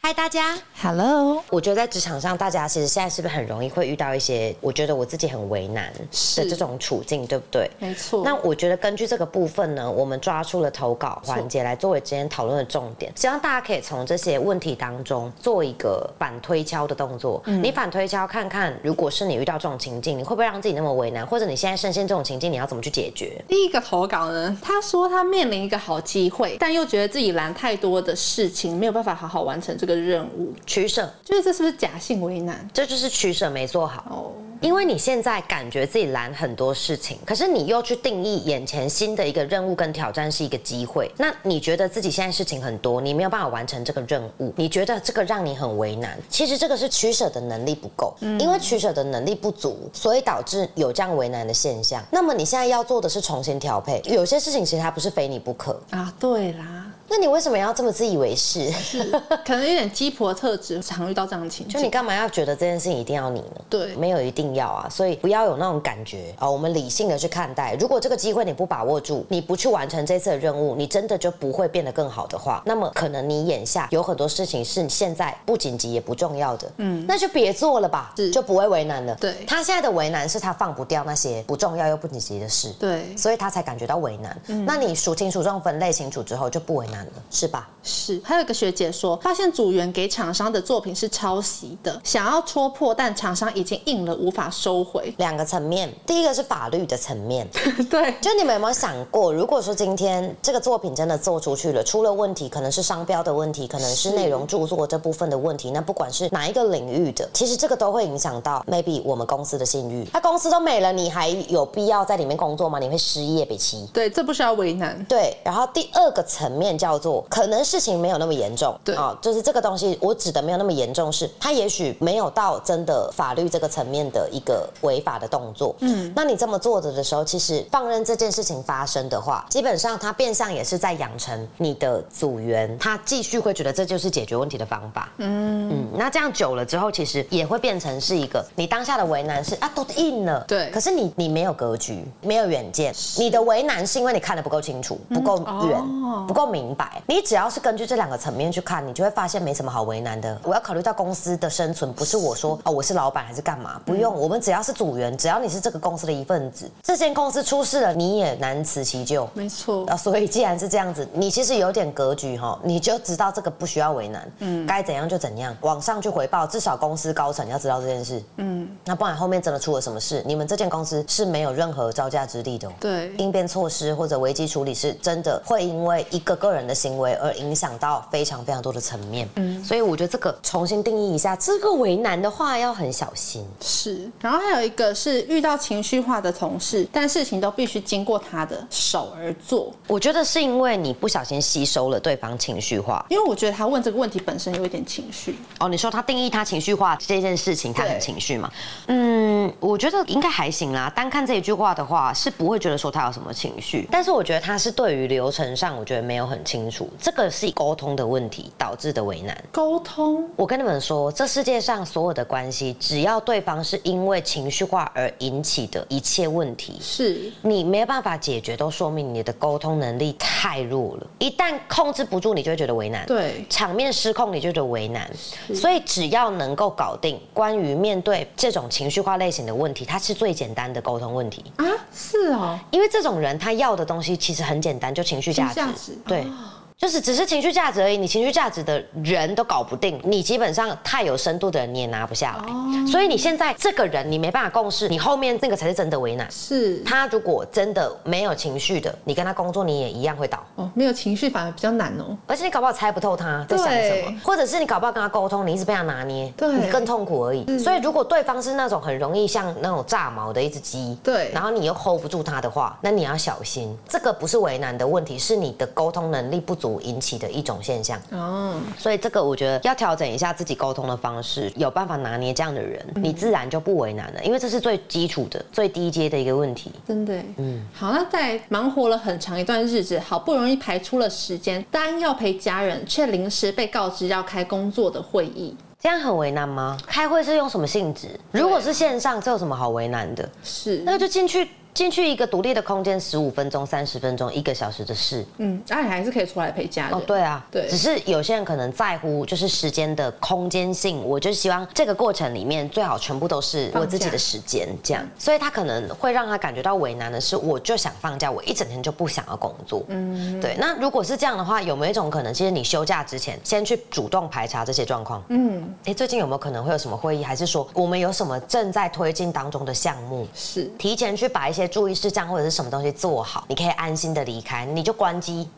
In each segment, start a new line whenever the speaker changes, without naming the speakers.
嗨，大家，
Hello，
我觉得在职场上，大家其实现在是不是很容易会遇到一些，我觉得我自己很为难的这种处境，对不对？
没错
那我觉得根据这个部分呢，我们抓出了投稿环节来作为今天讨论的重点，希望大家可以从这些问题当中做一个反推敲的动作。
嗯
你反推敲看看，如果是你遇到这种情境，你会不会让自己那么为难？或者你现在深陷这种情境，你要怎么去解决？
第一个投稿呢，他说他面临一个好机会，但又觉得自己揽太多的事情，没有办法好好完成这个任务，
取舍，
觉得这是不是假性为难？
这就是取舍没做好。
哦，
因为你现在感觉自己懒很多事情，可是你又去定义眼前新的一个任务跟挑战是一个机会，那你觉得自己现在事情很多，你没有办法完成这个任务，你觉得这个让你很为难。其实这个是取舍的能力不够，因为取舍的能力不足，所以导致有这样为难的现象。那么你现在要做的是重新调配，有些事情其实它不是非你不可，
啊，对啦，
那你为什么要这么自以为是？
可能有点鸡婆特质，常遇到这样的情
就你
境。
干嘛要觉得这件事情一定要你呢？
对
没有一定要啊，所以不要有那种感觉啊、我们理性的去看待，如果这个机会你不把握住，你不去完成这次的任务，你真的就不会变得更好的话，那么可能你眼下有很多事情是你现在不紧急也不重要的，嗯，那就别做了吧
是，
就不会为难了。
对
他现在的为难是他放不掉那些不重要又不紧急的事，
对，
所以他才感觉到为难。那你数清楚重、分类清楚之后就不为难了，是吧？
是。还有一个学姐说，发现组员给厂商的作品是抄袭的，想要戳破，但厂商已经印了，无法收 回。
两个层面，第一个是法律的层面。
对，
就你们有没有想过，如果说今天这个作品真的做出去了，出了问题，可能是商标的问题，可能是内容著作这部分的问题，那不管是哪一个领域的，其实这个都会影响到 maybe 我们公司的信誉。那公司都没了，你还有必要在里面工作吗？你会失业，北齐。
对，这不需要为难。
对，然后第二个层面叫做可能事情没有那么严重，
对
啊、就是这个东西，我指的没有那么严重是，它也许没有到真的法律这个层面的一个违法的动作，嗯，那你这么做着的时候，其实放任这件事情发生的话，基本上它变相也是在养成你的组员，他继续会觉得这就是解决问题的方法，嗯嗯，那这样久了之后，其实也会变成是一个你当下的为难是啊，都硬了，
对
可是你你没有格局，没有远见，你的为难是因为嗯你看的不够清楚，不够远，
哦
不够明白。你只要是根据这两个层面去看，你就会发现没什么好为难的。我要考虑到公司的生存，不是我说哦我是老板还是干嘛，不用。我们只要是组员，只要你是这个公司的一份子，这间公司出事了，你也难辞其咎。
没错
啊，，所以既然是这样子，你其实有点格局哈，你就知道这个不需要为难，嗯，该怎样就怎样，往上去回报，至少公司高层要知道这件事，嗯，那不然后面真的出了什么事，你们这间公司是没有任何招架之力的、哦，
对
应变措施或者危机处理是真的会因为一个个人的行为而影响到非常非常多的层面，嗯，所以我觉得这个重新定义一下，这个为难的话要很小心，
是，然后还有一个是遇到情绪化的同事，但事情都必须经过他的手而做。
我觉得是因为你不小心吸收了对方情绪化，
因为我觉得他问这个问题本身有一点情绪，
哦，你说他定义他情绪化这件事情，他
对
很情绪嘛？嗯，我觉得应该还行啦。单看这一句话的话，是不会觉得说他有什么情绪，但是我觉得他是对于流程上，我觉得没有很清楚，这个是沟通的问题导致的为难。
沟通
我跟你们说，这世界上所有的关系，只要对方是因为情绪化而引起的一切问题，
是
你没有办法解决，都说明你的沟通能力太弱了。一旦控制不住，你就会觉得为难。
对
场面失控，你就觉得为难。所以只要能够搞定关于面对这种情绪化类型的问题，它是最简单的沟通问题。
啊，是哦，
因为这种人他要的东西其实很简单，就情绪价值。
情绪价值
对。
哦
就是只是情绪价值而已，你情绪价值的人都搞不定，你基本上太有深度的人你也拿不下来，所以你现在这个人你没办法共事，你后面那个才是真的为难。
是
他如果真的没有情绪的，你跟他工作你也一样会倒。
哦，没有情绪反而比较难哦。
而且你搞不好猜不透他在
对
想什么，或者是你搞不好跟他沟通，你一直被他拿捏，
对嗯
你更痛苦而已。所以如果对方是那种很容易像那种炸毛的一只鸡，
对
然后你又 hold 不住他的话，那你要小心，这个不是为难的问题，是你的沟通能力不足引起的一种现象。
哦，
所以这个我觉得要调整一下自己沟通的方式，有办法拿捏这样的人，
嗯
你自然就不为难了，因为这是最基础的、最低阶的一个问题。
真的，嗯，好，那在忙活了很长一段日子，好不容易排出了时间，答应要陪家人，却临时被告知要开工作的会议，
这样很为难吗？开会是用什么性质？如果是线上，这有什么好为难的？
是
那就进去进去一个独立的空间，十五分钟、三十分钟、一个小时的事。
嗯，那、你还是可以出来陪家人。
哦，对啊，
对
只是有些人可能在乎就是时间的空间性，我就希望这个过程里面最好全部都是
放假
我自己的时间，这样，所以他可能会让他感觉到为难的是，我就想放假，我一整天就不想要工作，嗯，对。那如果是这样的话，有没有一种可能，其实你休假之前先去主动排查这些状况？嗯，哎，最近有没有可能会有什么会议，还是说我们有什么正在推进当中的项目？
是
提前去把一些注意事项或者是什么东西做好，你可以安心的离开，你就关机，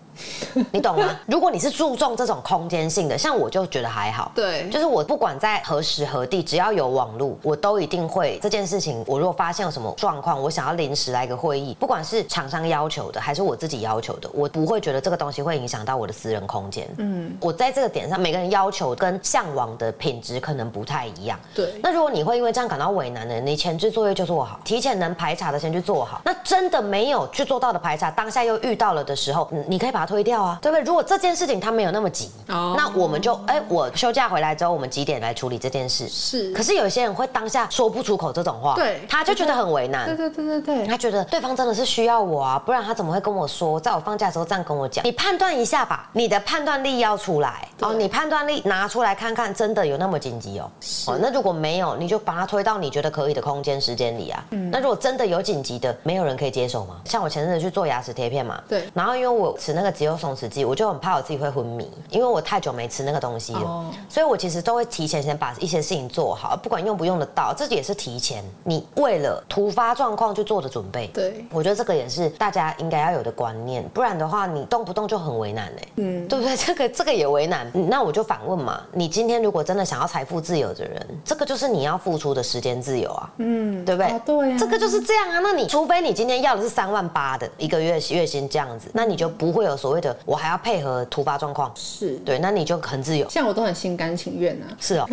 你懂吗？如果你是注重这种空间性的，像我就觉得还好。
对
就是我不管在何时何地，只要有网络，我都一定会这件事情。我如果发现有什么状况，我想要临时来个会议，不管是厂商要求的还是我自己要求的，我不会觉得这个东西会影响到我的私人空间。嗯，我在这个点上，每个人要求跟向往的品质可能不太一样。
对，
那如果你会因为这样感到为难的，你前置作业就做好，提前能排查的先去做好。那真的没有去做到的排查，当下又遇到了的时候，嗯你你可以把它推掉啊，对不对？如果这件事情它没有那么急，
哦
那我们就哎、我休假回来之后，我们几点来处理这件事？
是
可是有些人会当下说不出口这种话，
嗯对
他就觉得很为难
对。对对对对，
他觉得对方真的是需要我啊，不然他怎么会跟我说，在我放假的时候这样跟我讲？你判断一下吧，你的判断力要出来
对
哦，你判断力拿出来看看，真的有那么紧急哦？哦，那如果没有，你就把它推到你觉得可以的空间时间里啊。
嗯
那如果真的有紧急的，没有人可以接手吗？像我前阵子去做牙齿贴片嘛，
对
然后因为我吃那个肌肉松弛剂，我就很怕我自己会昏迷，因为我太久没吃那个东西了，
哦
所以我其实都会提前先把一些事情做好，不管用不用得到，这也是提前你为了突发状况去做的准备。
对
我觉得这个也是大家应该要有的观念，不然的话你动不动就很为难哎、嗯，对不 对？这个这个也为难。嗯那我就反问嘛，你今天如果真的想要财富自由的人，这个就是你要付出的时间自由啊，嗯，对不对？
哦对啊
这个就是这样啊。那你除非你今天要的是三万八的一个月月薪这样子，那你就不会有所谓的我还要配合突发状况，
是，
对，那你就很自由。
像我都很心甘情愿啊，
是哦，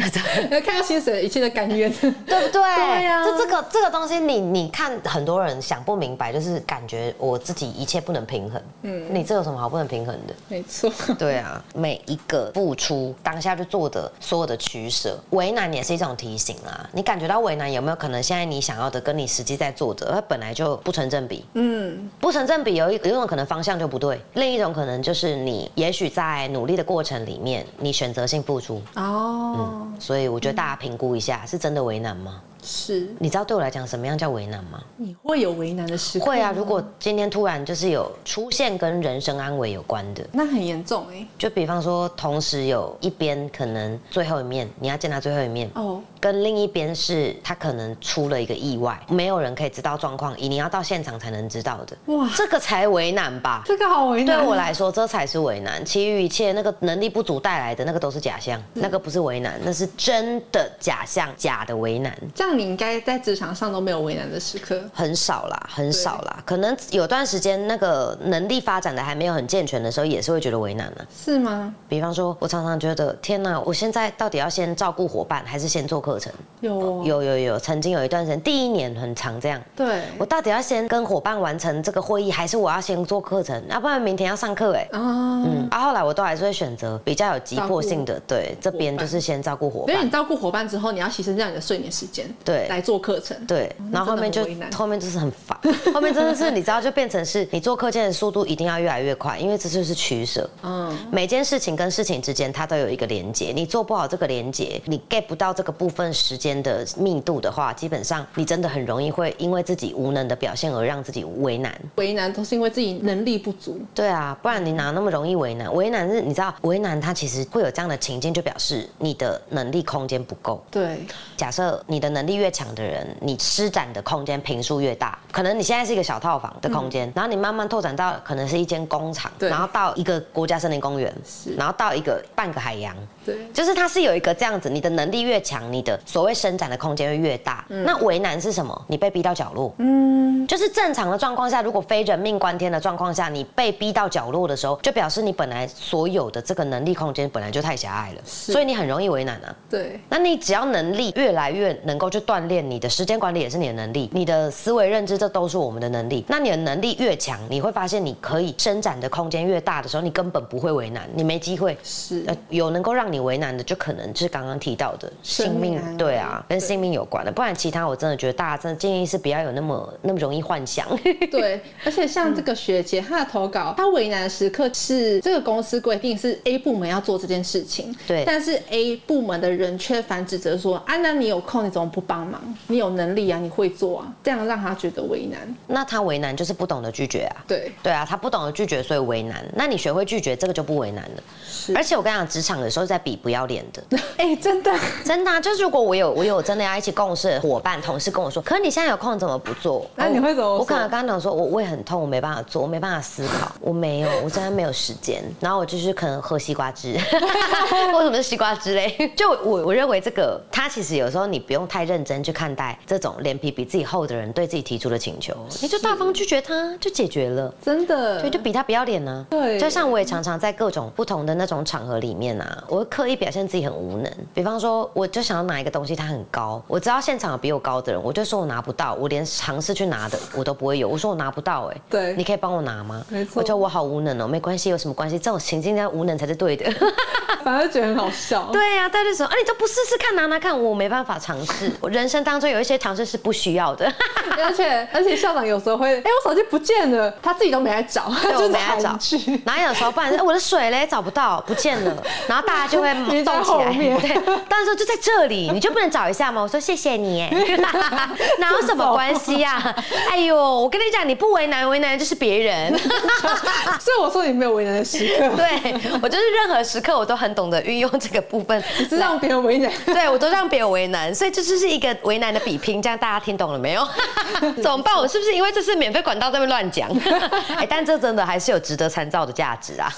看到薪水一切的甘愿，
对不对？
对呀
就这个这个东西你，你看很多人想不明白，就是感觉我自己一切不能平衡。嗯，你这有什么好不能平衡的？
没错，
对啊，每一个付出当下就做的所有的取舍，为难也是一种提醒啦。你感觉到为难，有没有可能现在你想要的跟你实际在做的，它呃本来就不成正比？嗯，不成正比有一有一种可能方向就不对，另一种可能就是你也许在努力的过程里面，你选择性付出。
哦，
所以我觉得大家评估一下，是真的为难吗？
是，
你知道对我来讲什么样叫为难吗？
你会有为难的时刻，
会啊，如果今天突然就是有出现跟人身安危有关的，
那很严重哎、
就比方说同时有一边可能最后一面你要见他最后一面。
哦，
跟另一边是他可能出了一个意外，没有人可以知道状况，你要到现场才能知道的。
哇
哇，这个才为难吧？
这个好为
对
难，
我，来说，这才是为难，其余一切那个能力不足带来的那个都是假象，那个不是为难，那是真的假象，假的为难。
这样你应该在职场上都没有为难的时刻，
很少啦，很少啦。可能有段时间那个能力发展的还没有很健全的时候，也是会觉得为难啊。
是吗？
比方说，我常常觉得，天哪，我现在到底要先照顾伙伴，还是先做课程？
有哦，
有有有，曾经有一段时间，第一年很长这样。
对，
我到底要先跟伙伴完成这个会议，还是我要先做课程？啊要、不然明天要上课哎、
啊，
嗯，啊，后来我都还是会选择比较有急迫性的，对，这边就是先照顾伙
因为
伴
你，照顾伙伴之后，你要牺牲掉你的睡眠时间，
对
来做课程，
对，然后后面就
哦那真的很为难
后面就是很烦，后面真的是你知道就变成是你做课件的速度一定要越来越快，因为这就是取舍。
嗯，
每件事情跟事情之间它都有一个连接，你做不好这个连接，你 get 不到这个部分时间的密度的话，基本上你真的很容易会因为自己无能的表现而让自己为难。
为难都是因为自己能力不足，
对啊，不然你哪那么容易为难？为难是你知道，为难它其实会有这样的情境，就表示你的能力空间不够。
对，
假设你的能力越强的人，你施展的空间平数越大。可能你现在是一个小套房的空间，然后你慢慢拓展到可能是一间工厂，
嗯对
然后到一个国家森林公园
是，
然后到一个半个海洋。
对，
就是它是有一个这样子，你的能力越强，你的所谓伸展的空间会越大。
嗯
那为难是什么？你被逼到角落。嗯，就是正常的状况下，如果非人命关天的状况下，你被逼到角落的时候，就表示你本来所有的这个能力空间本来就太狭隘了，所以你很容易为难啊。
对，
那你只要能力越来越能够去锻炼你的时间管理，也是你的能力，你的思维认知，这都是我们的能力。那你的能力越强，你会发现你可以伸展的空间越大的时候，你根本不会为难，你没机会。
是
呃，有能够让你你为难的，就可能就是刚刚提到的
生
性
命
命
安危，
对啊，跟
对
性命有关的。不然其他我真的觉得大家真的建议是不要有那么那么容易幻想。
对，而且像这个学姐，她的投稿，她为难的时刻是这个公司规定是 A 部门要做这件事情，
对
但是 A 部门的人却反指责说，啊，那你有空你怎么不帮忙？你有能力啊，你会做啊，这样让她觉得为难。
那他为难就是不懂得拒绝啊。
对，
对啊，他不懂得拒绝，所以为难。那你学会拒绝，这个就不为难了。
是
而且我跟你讲，职场有时候在比不要脸的，
哎、真的，
真的啊、就是如果我有我有真的要一起共事的伙伴、同事跟我说，可你现在有空怎么不做？哦
那你会怎么
我
说
我可能刚刚讲说，我胃很痛，我没办法做，我没办法思考， 我没有，我真的没有时间。然后我就是可能喝西瓜汁， 为什么是西瓜汁嘞？ 就我我认为这个，他其实有时候你不用太认真去看待这种脸皮比自己厚的人对自己提出的请求，你就大方拒绝他，就解决了。
真的，
对，就比他不要脸呢、
对
就像我也常常在各种不同的那种场合里面啊，我会刻意表现自己很无能。比方说，我就想要拿一个东西，它很高，我知道现场有比我高的人，我就说我拿不到，我连尝试去拿的我都不会有。我说我拿不到、哎，
对
你可以帮我拿吗？
没错
我觉得我好无能哦、没关系，有什么关系？这种情境下无能才是 对的。
反而觉得很好笑。
对呀、啊，大家就说啊，你都不试试看拿拿看，我没办法尝试。我人生当中有一些尝试是不需要的。
而且而且校长有时候会，哎、我手机不见了，他自己都没来找，他
对，
就
我
是
没来找
喊去。，
然后有时候不然是，哎我的水嘞找不到，不见了， 然后大家就会
你在
动起
后
来，
面
对，当时说就在这里，你就不能找一下吗？我说谢谢你， 哎，哪有什么关系呀、啊？哎呦，我跟你讲，你不为难为难的就是别 人，
所以我说你没有为难的时刻，
对我就是任何时刻我都很懂得运用这个部分。
是让别人为难。
对，我都让别人为难，所以这就是一个为难的比拼，这样大家听懂了 没有？怎么办？我是不是因为这是免费管道在那边乱 讲？哎，但这真的还是有值得参照的价值啊。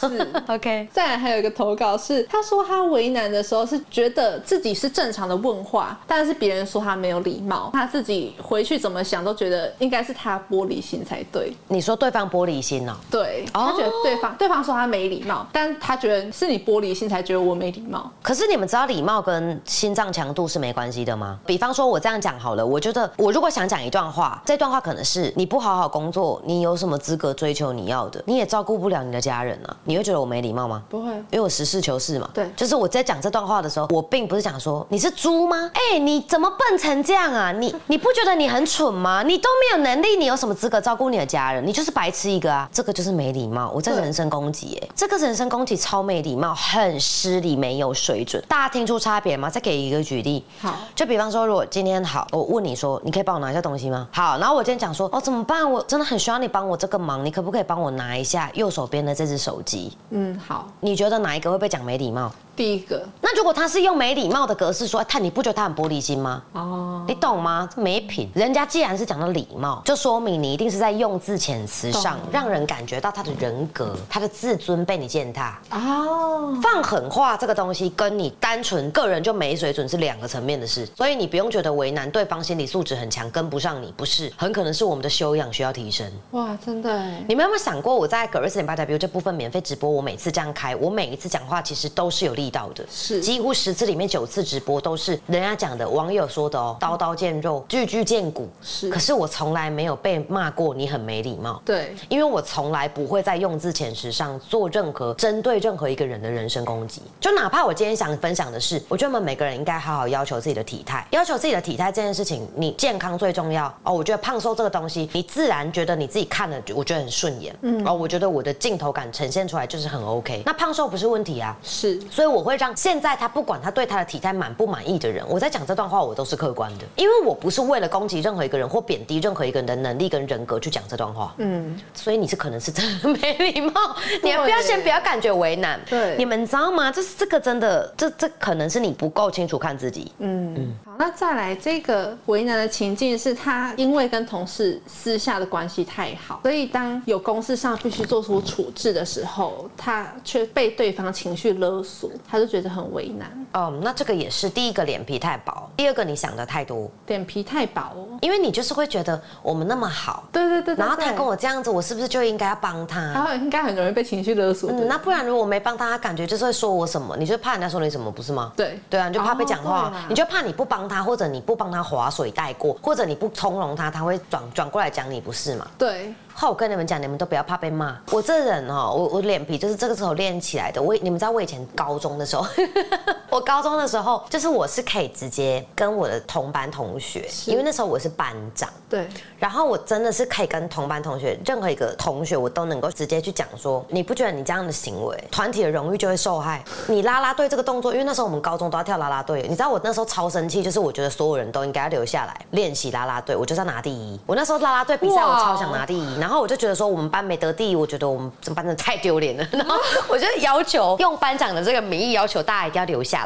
OK，
再来还有一个投稿是，他说他为难的时候是觉得自己是正常的问话，但是别人说他没有礼貌，他自己回去怎么想都觉得应该是他玻璃心才对。
你说对方玻璃心哦、
对，他觉得对方、对方说他没礼貌，但他觉得是你玻璃心才觉得我没礼貌。
可是你们知道礼貌跟心脏强度是没关系的吗？比方说，我这样讲好了，我觉得我如果想讲一段话，这段话可能是你不好好工作，你有什么资格追求你要的？你也照顾不了你的家人啊，你会觉得我没礼貌吗？
不会，
因为我实事求是嘛，
对
就是我在讲这段话的时候，我并不是讲说你是猪吗？哎、你怎么笨成这样啊？你你不觉得你很蠢吗？你都没有能力，你有什么资格照顾你的家人？你就是白痴一个啊！这个就是没礼貌，我这
对
人身攻击、哎，这个人身攻击超没礼貌，很失礼，没有水准。大家听出差别吗？再给一个举例，
好
就比方说，如果今天好，我问你说，你可以帮我拿一下东西吗？好，然后我今天讲说，哦，怎么办？我真的很需要你帮我这个忙，你可不可以帮我拿一下右手边的这只手机？
嗯，好，
你觉得哪一个会被讲没礼貌？
第一个
那如果他是用没礼貌的格式说，哎他你不觉得他很玻璃心吗？
哦，
你懂吗？这没品。人家既然是讲到礼貌，就说明你一定是在用字遣词上
懂
让人感觉到他的人格、他的自尊被你践踏。
哦，
放狠话这个东西跟你单纯个人就没水准是两个层面的事，所以你不用觉得为难对方心理素质很强跟不上你，不是，很可能是我们的修养需要提升。
哇，真的哎，
你们有没有想过，我在 g a r i s o n BW 这部分免费直播，我每次这样开，我每一次讲话其实都是有力道的，
是
几乎十次里面九次直播都是人家讲的，网友说的哦，刀刀见肉，句句见骨。
是
可是我从来没有被骂过，你很没礼貌。
对，
因为我从来不会在用字遣词上做任何针对任何一个人的人身攻击，就哪怕我今天想分享的是，我觉得我们每个人应该好好要求自己的体态，要求自己的体态这件事情，你健康最重要哦。我觉得胖瘦这个东西，你自然觉得你自己看了，我觉得很顺眼，嗯，哦，我觉得我的镜头感呈现出来就是很 OK，那胖瘦不是问题啊。
是
所以我会让现在他不管他对他的体态满不满意的人，我在讲这段话我都是客观的，因为我不是为了攻击任何一个人或贬低任何一个人的能力跟人格去讲这段话。
嗯，
所以你是可能是真的没礼貌， 你还
对
不要先不要感觉为难。
对
你们知道吗？就是这个真的，这这可能是你不够清楚看自己。
嗯好，那再来这个为难的情境是他因为跟同事私下的关系太好，所以当有公事上必须做出处置的时候，他却被对方情绪勒索，他就觉得很为难，
哦、那这个也是第一个脸皮太薄，第二个你想的太多，
脸皮太薄哦。
因为你就是会觉得我们那么好，
对对对对
然后他
对
跟我这样子，我是不是就应该要帮
然
他？
后应该很容易被情绪勒索。
嗯，那不然如果我没帮他，他感觉就是会说我什么，你就怕人家说你什么，不是吗？
对
对啊，你就怕被讲话，
哦对啦
你就怕你不帮他，或者你不帮他划水带过，或者你不从容他，他会转转过来讲你不是嘛？
对
后我跟你们讲，你们都不要怕被骂。我这人哦，我我脸皮就是这个时候练起来的。我你们知道我以前高中的时候， 我高中的时候就是我是可以直接跟我的同班同学，
是
因为那时候我是班长。
对，
然后我真的是可以跟同班同学任何一个同学，我都能够直接去讲说，你不觉得你这样的行为，团体的荣誉就会受害？你啦啦队这个动作，因为那时候我们高中都要跳啦啦队，你知道我那时候超生气，就是我觉得所有人都应该要留下来练习啦啦队，我就是要拿第一。我那时候啦啦队比赛，
哇
我超想拿第一，然后我就觉得说我们班没得第一，我觉得我们这班真的太丢脸了， 然后我就要求用班长的这个名义要求大家一定要留下来。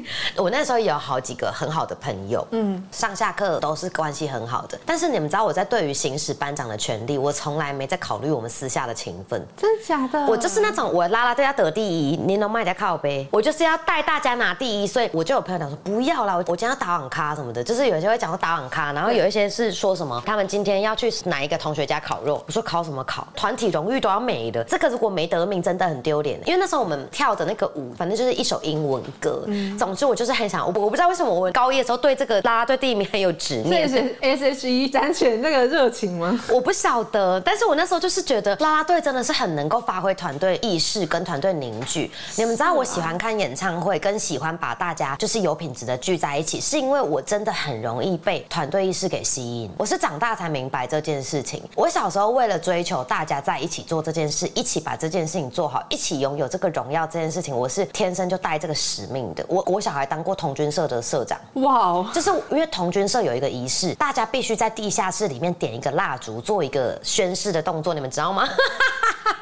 我那时候也有好几个很好的朋友，嗯，上下课都是关系很好的。但是你们知道，我在对于行使班长的权利，我从来没在考虑我们私下的情分。
真的假的？
我就是那种我拉拉队要得第一，你能卖点靠背，我就是要带大家拿第一，所以我就有朋友讲说不要啦，我我今天要打网咖什么的，就是有一些会讲说打网咖，然后有一些是说什么他们今天要去哪一个同学家烤肉，我说烤什么烤，团体荣誉都要没的，这个如果没得名真的很丢脸，因为那时候我们跳的那个舞，反正就是一首英文歌，总之我就是很想，我我不知道为什么我高一的时候对这个拉拉队第一名很有执
这
念
也，是 S H E 展选那个热情吗？
我不晓得，但是我那时候就是觉得啦啦队真的是很能够发挥团队意识跟团队凝聚。你们知道我喜欢看演唱会，跟喜欢把大家就是有品质的聚在一起，是因为我真的很容易被团队意识给吸引。我是长大才明白这件事情。我小时候为了追求大家在一起做这件事，一起把这件事情做好，一起拥有这个荣耀这件事情，我是天生就带这个使命的。我我小孩当过童军社的社长。
哇 哦，
就是因为童军社有一个仪式，大家必须在地下室里面点一个蜡烛，做一个宣誓的动作，你们知道吗？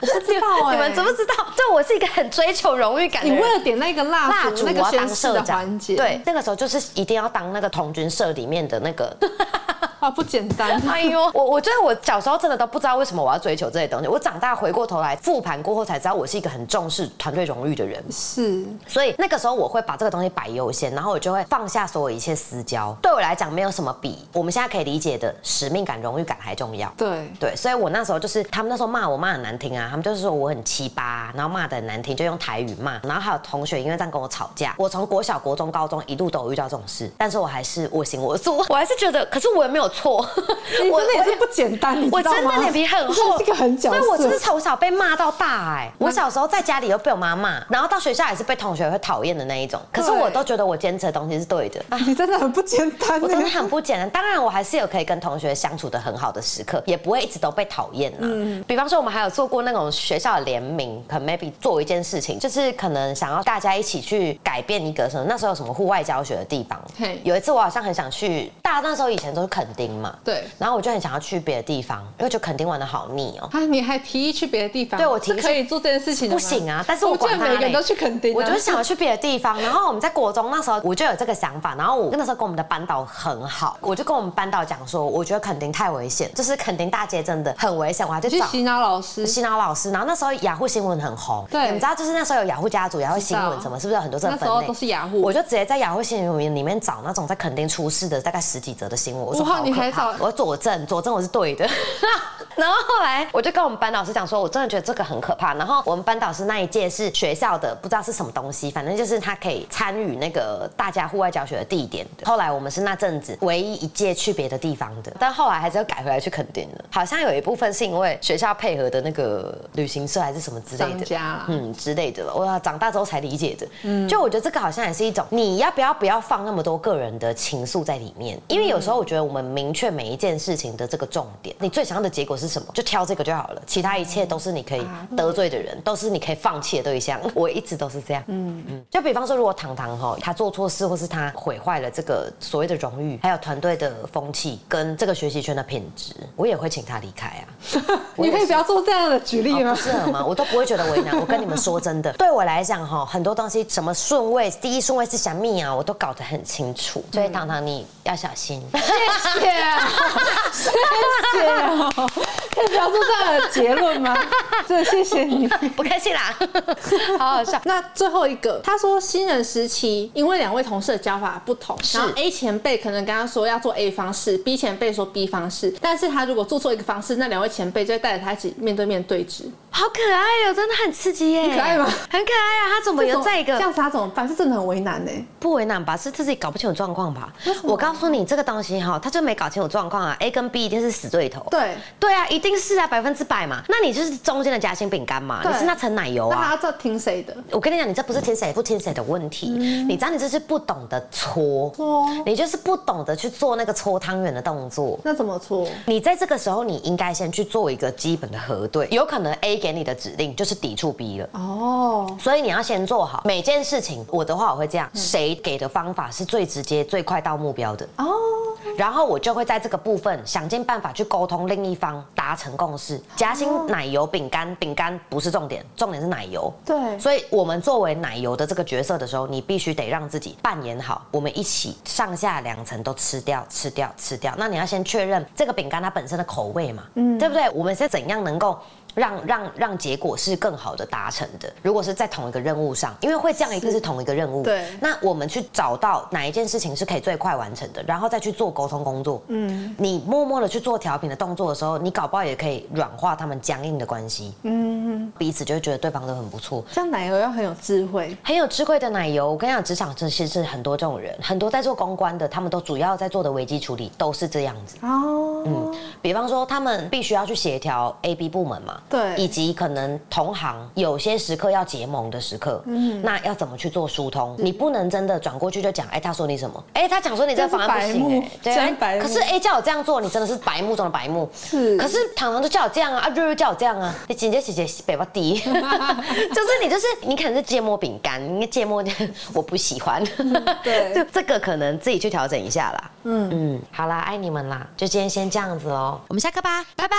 不知道哎，
你们知不知道？对我是一个很追求荣誉感
你
的人。
为了点那个蜡
蜡
烛，
烛，
那个
我要
宣
当
誓
社
的
长
环节，
对，，那个时候就是一定要当那个童军社里面的那 个。。
啊，不简单
哎呦，我我觉得我小时候真的都不知道为什么我要追求这些东西。我长大回过头来复盘过后才知道，我是一个很重视团队荣誉的人。
是，
所以那个时候我会把这个东西摆优先，然后我就会放下所有一切私交。对我来讲，没有什么比我们现在可以理解的使命感、荣誉感还重要。
对，
对，所以我那时候就是他们那时候骂我骂很难听啊，他们就是说我很奇葩、然后骂的很难听，就用台语骂。然后还有同学因为这样跟我吵架，我从国小、国中、高中一路都有遇到这种事，但是我还是我行我素，我还是觉得，可是我也没有 错，
你
我
真的也是不简单，你
我
知道
真
吗
的脸皮很厚，
你是一个很角
所
色，
以我就是从小被骂到大哎、我小时候在家里又被我妈骂，然后到学校也是被同学会讨厌的那一种。可是
对
我都觉得我坚持的东西是对的。啊
你真的很不简单
我真 的
哎。
很不简单，当然我还是有可以跟同学相处的很好的时刻，也不会一直都被讨厌呐。
嗯
比方说，我们还有做过那种学校的联名，可能 maybe 做一件事情，就是可能想要大家一起去改变一个什么，那时候有什么户外教学的地方
嘿。
有一次我好像很想去，大家那时候以前都是垦丁嘛，
对
然后我就很想要去别的地方，因为觉得垦丁玩的好腻哦、
啊，你还提议去别的地方？
对我提
是
议
可以做这件事情的
不
吗
行啊！但是
我
我
记
管
得
他
每个人
嘞
都去垦丁啊，
我就是想要去别的地方。然后我们在国中那时候，我就有这个想法。然后我那时候跟我们的班导很好，我就跟我们班导讲说，我觉得垦丁太危险，就是垦丁大街真的很危险。我还去
去
找
洗脑老师，
洗脑老师。然后那时候雅虎新闻很红，
对
你们知道就是那时候有雅虎家族、雅虎新
知
闻
道
什么，是不是有很多这个
那时
分
候
类
都？是雅虎，
我就直接在雅虎新闻里面找那种在垦丁出事的大概十几则的新闻，我说
哇
好
你
可
还
怕
找
我佐证，佐证我是对的。 然后后来我就跟我们班导师讲说，我真的觉得这个很可怕。然后我们班导师那一届是学校的，不知道是什么东西，反正就是他可以参与那个大家户外教学的地点的。后来我们是那阵子唯一一届去别的地方的，但后来还是要改回来去垦丁了。好像有一部分是因为学校配合的那个旅行社还是什么之类
商
的，
家啦
嗯之类的了。我长大之后才理解的。就我觉得这个好像也是一种，你要不要不要放那么多个人的情愫在里面？因为有时候我觉得我们明确每一件事情的这个重点，你最想要的结果是什么，就挑这个就好了。其他一切都是你可以得罪的人，都是你可以放弃的对象。 我一直都是这样。嗯嗯。就比方说，如果糖糖哈，他做错事，或是他毁坏了这个所谓的荣誉，还有团队的风气跟这个学习圈的品质，我也会请他离开啊。
你可以不要做这样的举例 吗
哦不？适啊合吗？我都不会觉得为难。我跟你们说真的， 对我来讲哈，很多东西什么顺位，第一顺位是小蜜啊，我都搞得很清楚。所以糖糖你要小心。
谢谢啊，谢谢啊， 可以不要做这样的结论吗？真的谢谢你。
不客气啦，好好笑。
那最后一个，他说新人时期，因为两位同事的教法不同，
是
然后 A 前辈可能跟他说要做 A 方式，B 前辈说 B 方式，但是他如果做错一个方式，那两位前辈就会带着他一起面对面对峙，
好可爱哦、真的很刺激耶、
很可爱吗
很可爱啊！他怎么有在一个
这样子他怎么办？这真的很为难呢、
不为难吧？是自己搞不清楚状况吧？我告诉你，这个东西哈，它就没没搞清楚状况啊，A 跟 B 一定是死对头。
对，
对啊，一定是啊，百分之百嘛。那你就是中间的夹心饼干嘛，
对
你是那层奶油
那
啊。
他这听谁的？
我跟你讲，你这不是听谁不听谁的问题，你知道你这是不懂得搓，
搓
你就是不懂得去做那个搓汤圆的动作。
那怎么搓？
你在这个时候，你应该先去做一个基本的核对，有可能 A 给你的指令就是抵触 B 了。
哦，
所以你要先做好每件事情。我的话我会这样，谁给的方法是最直接、最快到目标的？哦，然后我就会在这个部分想尽办法去沟通另一方，达成共识。夹心奶油饼干，饼干不是重点，重点是奶油。
对，
所以，我们作为奶油的这个角色的时候，你必须得让自己扮演好，我们一起上下两层都吃掉，吃掉，吃掉。那你要先确认这个饼干它本身的口味嘛，嗯，对不对？我们是怎样能够？让让让结果是更好的达成的。如果是在同一个任务上，因为会这样一定是同一个任务。
对
那我们去找到哪一件事情是可以最快完成的，然后再去做沟通工作。嗯，你默默的去做调频的动作的时候，你搞不好也可以软化他们僵硬的关系。嗯，彼此就会觉得对方都很不错。
像奶油要很有智慧，
很有智慧的奶油，我跟你讲，职场真是是很多这种人，很多在做公关的，他们都主要在做的危机处理都是这样子。
哦，
比方说，他们必须要去协调 A、B 部门嘛，
对
以及可能同行有些时刻要结盟的时刻，嗯，那要怎么去做疏通？你不能真的转过去就讲，哎，他说你什么？哎，他讲说你这个方案不
这是白
行
目，
哎，对
这是
啊，
白目
可是 A 叫我这样做，你真的是白目中的白目，
是
可是糖糖就叫我这样啊，啊瑞瑞叫我这样啊，你紧接姐姐北巴 低，就是你就是你可能是芥末饼干，你芥末我不喜欢，
对
就 这个可能自己去调整一下哦啦。嗯嗯，好啦，爱你们啦，就今天先这样子喽，我们下课吧，拜拜。